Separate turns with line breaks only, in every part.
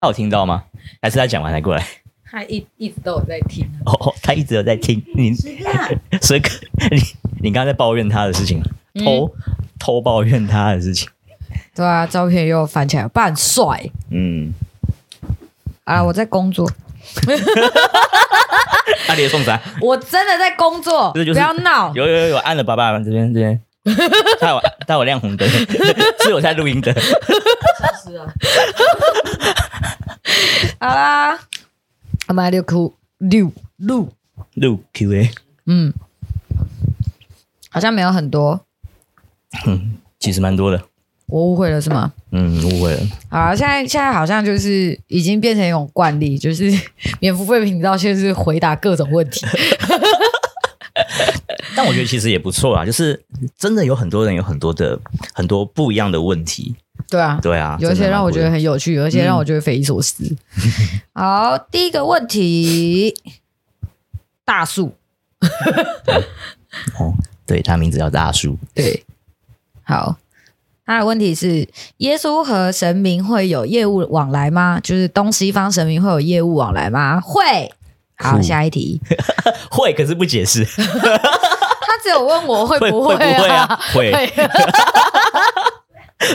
他有听到吗？还是他讲完才过来？
他一一直都有在听，啊
哦，他一直有在听你，
十个，
所以你你刚刚在抱怨他的事情，
嗯
偷、偷抱怨他的事情。
对啊，照片又翻起来，爸很帅
嗯，
啊！我在工作，
他连啊送啥？
我真的在工作，
这就是
不要闹。
有有有，按了爸爸这边这边，他有他有亮红灯， 是我在录音的。
是啊，
好啦，我们来六哭六录，
录 Q A，
嗯，好像没有很多，
其实蛮多的。
我误会了是吗？
嗯，误会了。
好啊，现在现在好像就是已经变成一种惯例，就是 免付费频道现在是回答各种问题。
但我觉得其实也不错啊，就是真的有很多人有很多的很多不一样的问题。
对啊，
对啊，
有一
真
些
的蛮嗯
让我觉得
多的
很有趣，有一些让我觉得匪夷所思。好，第一个问题，大树
哦，对他名字叫大叔。
对，好，他的问题是：耶稣和神明会有业务往来吗？就是东西方神明会有业务往来吗？会。好，
酷
下一题，
会，可是不解释。
他只有问我 会
会
不
会不会
啊
啊？会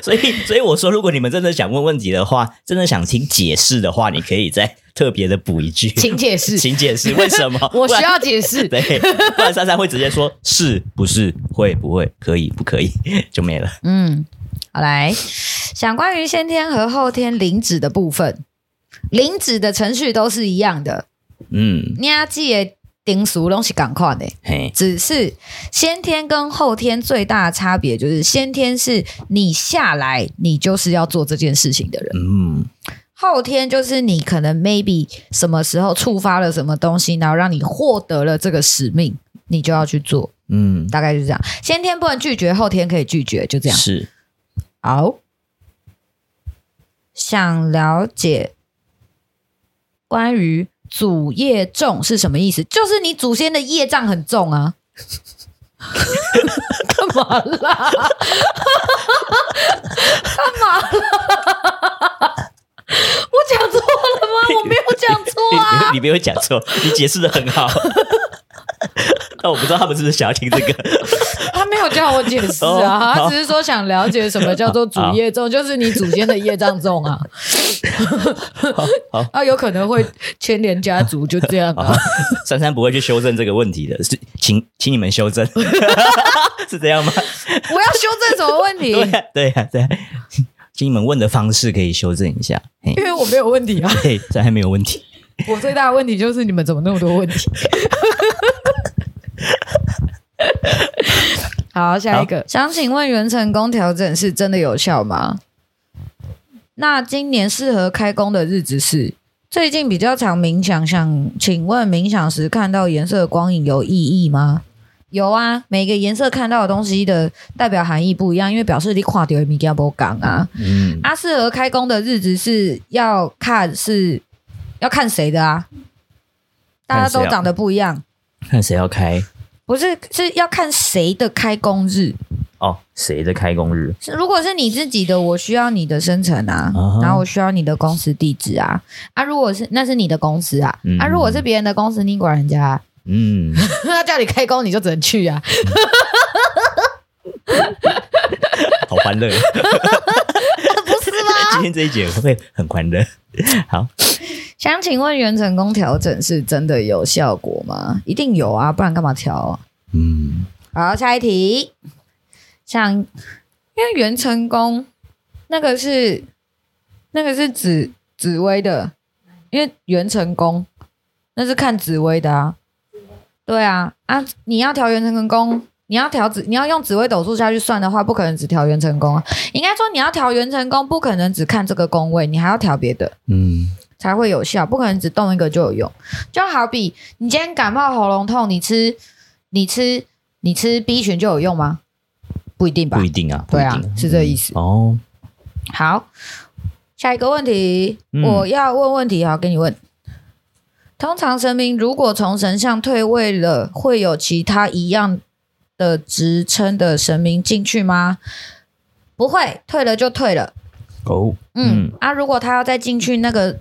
所以，所以我说，如果你们真的想问问题的话，真的想听解释的话，你可以再特别的补一句，
请解 释？
请解释为什么
我
不然
需要解释。
对，不然珊珊会直接说是不是会不会可以不可以 就没了。
嗯，好来，想关于先天和后天灵指的部分，灵指的程序都是一样的，
嗯，
年纪的定数拢是赶快的，
嘿，
只是先天跟后天最大的差别就是，先天是你下来你就是要做这件事情的人，
嗯
后天就是你可能 maybe 什么时候触发了什么东西，然后让你获得了这个使命，你就要去做，
嗯，
大概就是这样。先天不能拒绝，后天可以拒绝，就这样。
是
好，想了解关于祖业重是什么意思？就是你祖先的业障很重啊。 干嘛啦？ 干嘛啦？ 我讲错了吗？我没有讲错啊。
你你没有讲 错，你解释的很好。 但我不知道他们是不是想要听这 个。
他没有叫我解释啊，
哦好
他只是说想了解什么叫做主业重，就是你祖先的业障重啊。啊，有可能会牵连家族，就这样啊。
哦珊珊不会去修正这个问题的，是请请你们修正， 是这样吗？
我要修正什么问题？
对啊 对啊对啊，请你们问的方式可以修正一下。嘿
因为我没有问题啊，
对， 这还没有问题。
我最大的问题就是你们怎么那么多问题？ 好，下一个，想请问元成功调整是真的有效吗？那今年适合开工的日子是最近比较常冥想，想请问冥想时看到颜色的光影有意义吗？有啊，每个颜色看到的东西的代表含义不一样，因为表示你跨掉米加波港啊。
嗯，
阿适合开工的日子是要看是要看谁的啊？大家
看谁啊
都长得不一样，
看谁要开
不是是要看谁的开工日。
哦，谁的开工日？
是如果是你自己的，我需要你的生辰啊
啊哈
然后我需要你的公司地址啊啊！如果是那是你的公司啊、
嗯
啊！如果是别人的公司，你管人家、啊，
嗯，
他叫你开工你就只能去啊！
好欢 乐，
不是吗？
今天这一节会很欢乐。好，
想请问元成功调整是真的有效果吗？一定有啊，不然干嘛调啊？
嗯，
好，下一题，像因为元成功那个是那个是紫紫薇的，因为元成功那是看紫薇的啊，对啊啊，你要调元成功，你要调紫，你要用紫微斗数下去算的话，不可能只调元成功啊，应该说你要调元成功，不可能只看这个宫位，你还要调别的。
嗯，
才会有效，不可能只动一个就有用。就好比你今天感冒喉咙痛，你吃你吃你吃 B 群就有用吗？不一定吧
不一。定啊，
对啊
不一定
是这意思
嗯哦。
好，下一个问题，
嗯
我要问问题，好，给你问。通常神明如果从神像退位了，会有其他一样的职称的神明进去吗？不会，退了就退了。
哦，
嗯
嗯
啊，如果他要再进去那个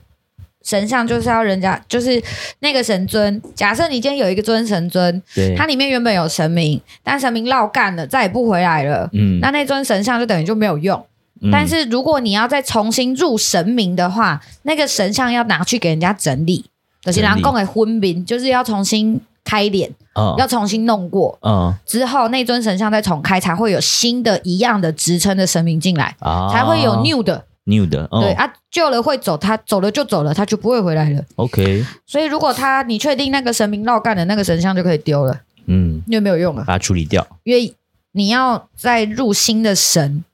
神像，就是要人家就是那个神尊。假设你今天有一个尊神尊，
对，
它里面原本有神明，但神明绕干了，再也不回来了。
嗯
那那尊神像就等于就没有用。
嗯
但是如果你要再重新入神明的话，那个神像要拿去给人家整理，就是
整理
人供给昏民，就是要重新开脸，
哦
要重新弄过
哦
之后，那尊神像再重开，才会有新的一样的职称的神明进来，
啊
才会有 new 的。
new 的哦
对啊，救了会走，他走了就走了，他就不会回来了。
，OK，
所以如果他你确定那个神明绕干的那个神像就可以丢了，
嗯，
因为没有用了，啊
把它处理掉，
因为你要再入新的神，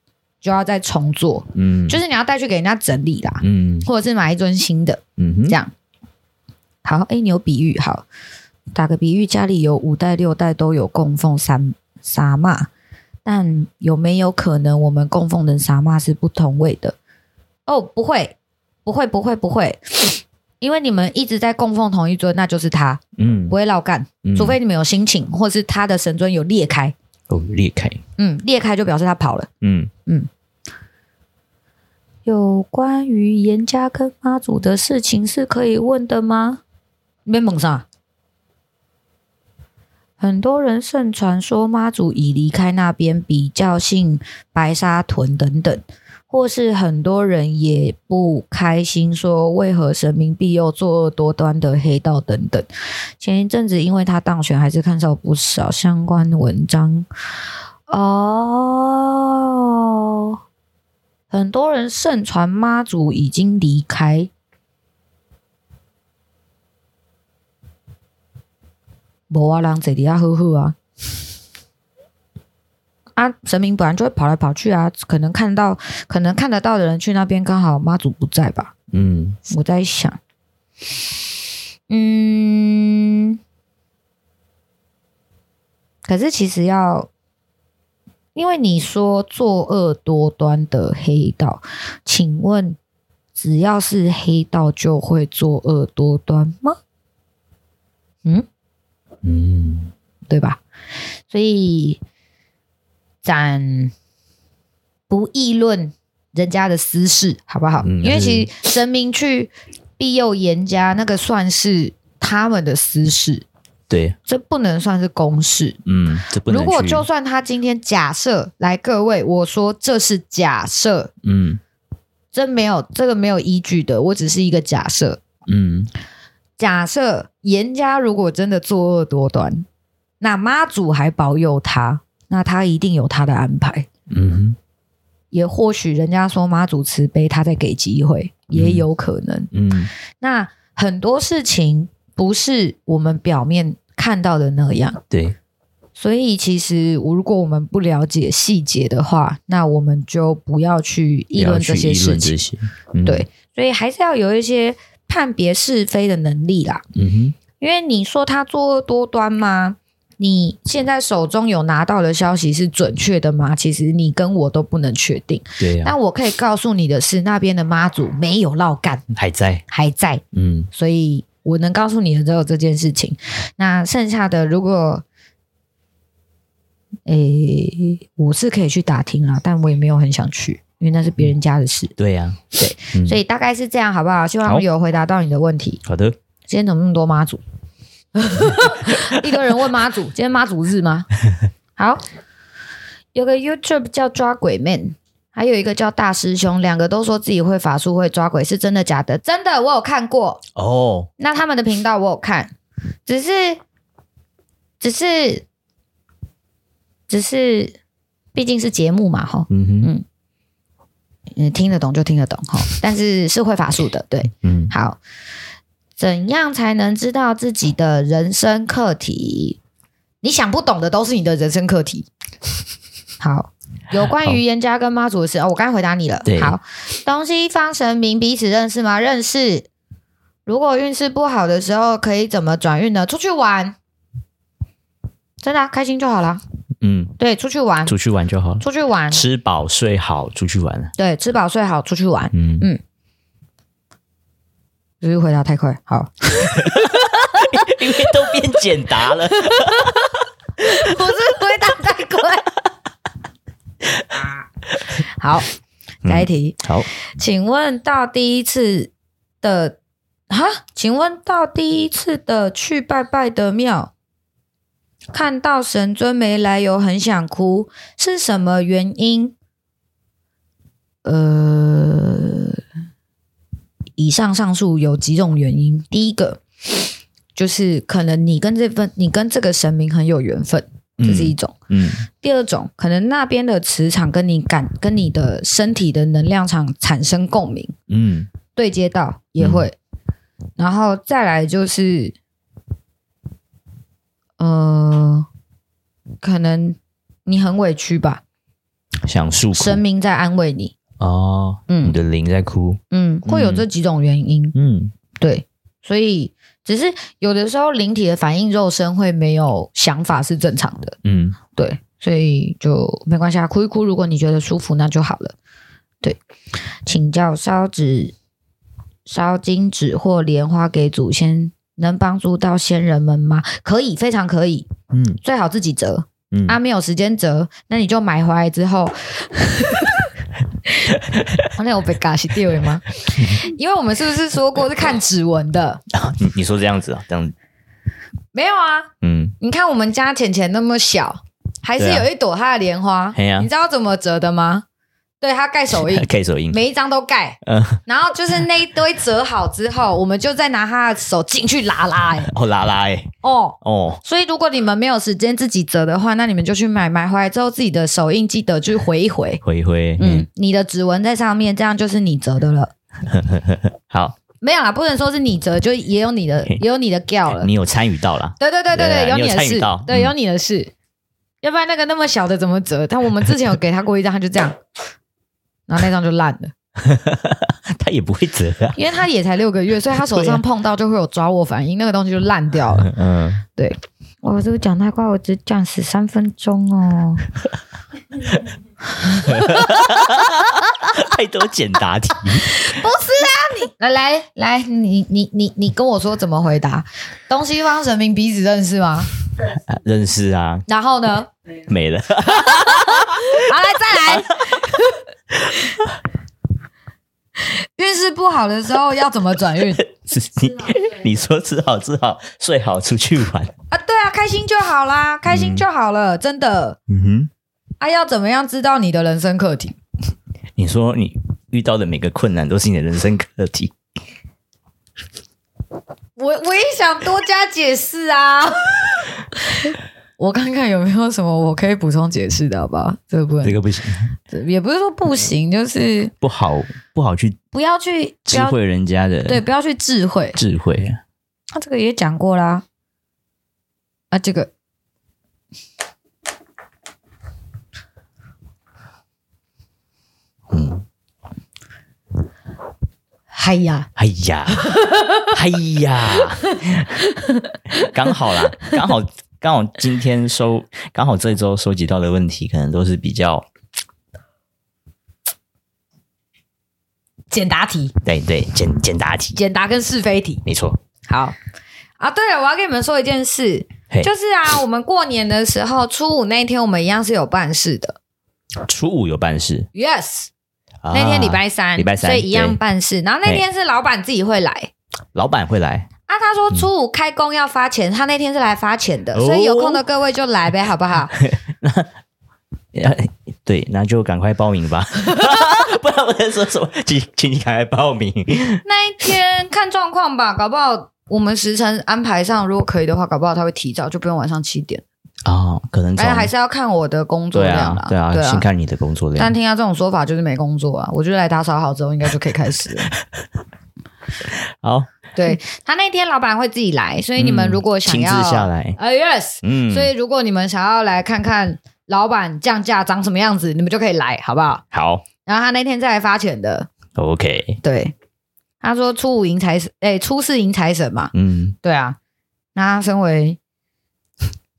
就要再重做，
嗯，
就是是你要带去给人家整理啦，
嗯
或者是买一尊新的
嗯
这
哼，
样。好，哎，你有比喻好，打个比喻，家里有五代六代都有供奉三傻妈，但有没有可能我们供奉的傻妈是不同位的？哦，不会，不会，不会，不会，因为你们一直在供奉同一尊，那就是他
嗯
不，会绕干，
嗯
除非你们有心情，或是他的神尊有裂开，
哦裂开，
嗯，裂开就表示他跑了。
嗯
有关于严家跟妈祖的事情是可以问的吗？你被蒙啥？很多人盛传说妈祖已离开那边，比较信白沙屯等等，或是很多人也不开心，说为何神明庇佑作恶多端的黑道等等。前一阵子因为他当选，还是看到不少相关文章哦。很多人盛传妈祖已经离开，无啊，人坐底下呵呵啊。 啊，神明本来就会跑来跑去啊，可能看到，可能看得到的人去那边，刚好妈祖不在吧？
嗯
我在想，嗯，可是其实要，因为你说作恶多端的黑道，请问只要是黑道就会作恶多端吗？
嗯
对吧？所以，咱不议论人家的私事，好不好？
嗯
因为其实神明去庇佑严家，那个算是他们的私事，
对，
这不能算是公事。
嗯，这不能
如果
去
就算他今天假设来各位，我说这是假设，
嗯
这没有这个没有依据的，我只是一个假设。
嗯
假设严家如果真的作恶多端，那妈祖还保佑他，那他一定有他的安排。
嗯哼
也或许人家说妈祖慈悲，他在给机会，也有可能。
嗯
那很多事情不是我们表面看到的那样，
对，
所以其实如果我们不了解细节的话，那我们就不要去议
不要
论
去
这些
议
事
论这些，
情。
嗯
对，所以还是要有一些判别是非的能力啦。
嗯
因为你说他作恶多端吗？你现在手中有拿到的消息是准确的吗？其实你跟我都不能确定。
哼，对呀，
但我可以告诉你的是，那边的妈祖没有落干，
还在，
还在，
嗯
所以我能告诉你的只有这件事情。那剩下的，如果，诶、我是可以去打听啦，但我也没有很想去，因为那是别人家的事。
对呀，
对
嗯，
所以大概是这样，好不好？希
好
望有回答到你的问题。
好的，
今天怎么那么多妈祖？ 一堆人问妈祖，今天妈祖日吗？好，有个 YouTube 叫抓鬼 man，还有一个叫大师兄，两个都说自己会法术会抓鬼，是真的假的？真的，我有看过。
哦，
那他们的频道我有看，只是，只是，只是，毕竟是节目嘛，哈，
嗯哼，
嗯，听得懂就听得懂，哈，但是是会法术的，对。
嗯
好，怎样才能知道自己的人生课题？你想不懂的都是你的人生课题。好，有关
好
于严家跟妈祖的事，哦，我刚才回答你了
对。
好，东西方神明彼此认识吗？认识。如果运势不好的时候，可以怎么转运呢？出去玩，真的啊、开心就好了。
嗯，
对，出去玩，
出去玩就好了，
出去玩，
吃饱睡好，出去玩，
对，吃饱睡好，出去玩。
嗯，
只是回答太快，好，
因为都变简答了，
不是回答太快。好，下一题，
好，
请问到第一次的哈？请问到第一次的去拜拜的庙，看到神尊没来由很想哭，是什么原因？呃，以上上述有几种原因。第一个就是可能你跟这份你跟这个神明很有缘分，这是一种。
嗯
第二种，可能那边的磁场跟你感跟你的身体的能量场产生共鸣，
嗯
对接到也会。然后再来就是，呃，可能你很委屈吧，
嗯，想诉苦
神明在安慰你，
哦，你
嗯
的灵在哭，
嗯，会有这几种原因，
嗯
对，所以。只是有的时候灵体的反应，肉身会没有想法是正常的。
嗯，
对，所以就没关系啊，哭一哭，如果你觉得舒服，那就好了。对，请叫烧纸、烧金纸或莲花给祖先，能帮助到先人们吗？可以，非常可以，
嗯
最好自己折。
嗯
啊，没有时间折，那你就买回来之后。 啊那我被嘎西地位吗？ 因为我们是不是说过是看指纹的？
你你说这样子啊，这样子，
没有啊，
嗯，
你看我们家浅浅那么小，还是
对啊
有一朵它的莲花。
嘿啊，
你知道怎么折的吗？对，它盖手印
可以手印，
每一张都盖。
嗯
然后就是那一堆折好之后，我们就再拿它的手进去拉拉、 欸。
哦拉拉哎，
哦，
哦，
所以如果你们没有时间自己折的话，那你们就去买，买回来之后自己的手印记得去回一回。
回回，
嗯，你的指纹在上面，这样就是你折的了。
好，
没有啦，不能说是你折，就也有你的，也有你的 g 了。
你有参与到啦，
对对对对
对啊
对，有
你有
你的
参与
事
到，
对，
嗯
有你的事。要不然那个那么小的怎么折？但我们之前有给他过一张，他就这样，然后那张就烂了，
他也不会折啊，
因为他也才六个月，所以他手
对啊
上碰到就会有抓握反应，那个东西就烂 掉了。
嗯，
我这个讲太快，我只讲十三分钟哦。
太多简答题，
来来来，你你你你跟我说怎么回答？东西方神明彼此认识吗？
认识啊，
然后呢？
没 了，
好，来 再来。运势不好的时候要怎么转运？
你 你说吃好吃好睡好出去玩，
啊，对啊，开心就好啦，开心就好了，真的。
嗯
啊，要怎么样知道你的人生课题？
哼，你说你遇到的每个困难都是你的人生课题，
我我也想多加解释啊。 我看看有没有什么我可以补充解释的，好不好？这个不
这
能，
个不行，
这也不是说不行，就是
不好不好去
不要去，不
智
要
慧人家的
对，不要去智慧。
智慧啊。
他、这个也讲过啦。啊，这个
嗯，
嗨呀，
哎 呀，哎呀，刚好啦，刚好刚好今天收，刚好这周收集到的问题，可能都是比较
简答题，
对对简简答题，
简答跟是非题。
没错，
好啊，对了，我要跟你们说一件事，
嘿
就是啊，我们过年的时候，初五那天我们一样是有办事的。
初五有办事，
Yes，、
啊
那天礼拜三，
礼拜三
所以一样
对
办事。然后那天是老板自己会来
老板会来，
啊，他说初五开工要发钱，他那天是来发钱的，
嗯哦
所以有空的各位就来呗，好不 好？
呃对，那就赶快报 名吧， 不然我在说什么？请请你赶快报名，
那一天看状况吧，搞不好我们时辰安排上，如果可以的话，搞不好他会提早，就不用晚上七点。
哦，可能
而哎且还
从
是要看我的工作
对
量
啊
啦，
对啊，
对
先看你的工作量
但，听到这种说法就是没工作
嗯
啊，我就来打扫好之后应该就可以开始 了。
好，
对他那天老板会自己来，所以你们
嗯
如果想
亲
要，
自下来，
呃，yes，、
嗯，
所以如果你们想要来看看老板降价长什么样子，你们就可以来，好不好？
好
然后他那天再来发钱的，
，OK，
对，他说初五迎财神，哎、初四迎财神嘛，
嗯，
对啊，那他身为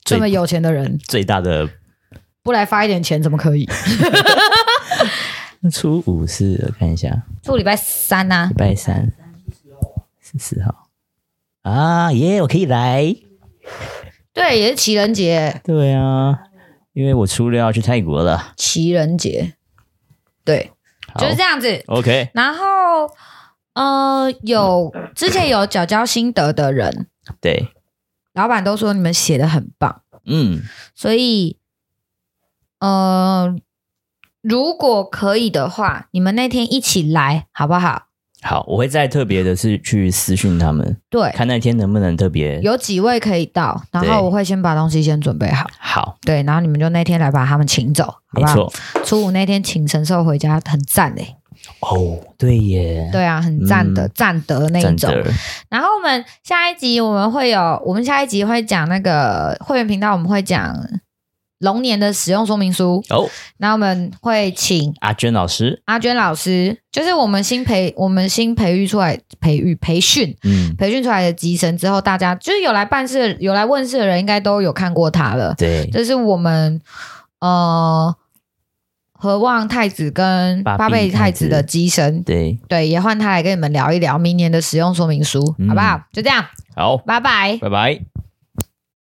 最
这么有钱的人，
最大的
不来发一点钱怎么可以？
初五是我看一下，
初五礼拜三啊呐、
礼拜三是四号啊，耶，我可以来。
对，也是情人节，
对啊，因为我初六要去泰国了。
情人节，对，
好
就是这样子。
OK，
然后，呃，有之前有缴交心得的人，
对，
老板都说你们写的很棒，
嗯，
所以，呃，如果可以的话，你们那天一起来好不好？
好，我会再特别的是去私讯他们，
对，
看那天能不能特别
有几位可以到，然后
对
我会先把东西先准备好，
好，
对，然后你们就那天来把他们请走，好
没
不好？
错，
初五那天请神兽回家，很赞嘞、
哦，对耶，
对啊，很赞的，
嗯
赞德那一
真
种。
的，
然后我们下一集我们会有，我们下一集会讲那个会员频道，我们会讲龙年的使用说明书。
哦，
那我们会请
阿娟老师，
阿娟老师，就是我们新培我们新培育出来培育培训
嗯，
培训出来的集神之后，大家就是有来办事有来问事的人，应该都有看过他了。
对，
这是我们呃和望太子跟
巴
巴
比
贝太
太
子
子
的机神，
对，
对，也换他来跟你们聊一聊明年的使用说明书，
嗯
好不好？就这样，
好，
拜拜。
拜拜。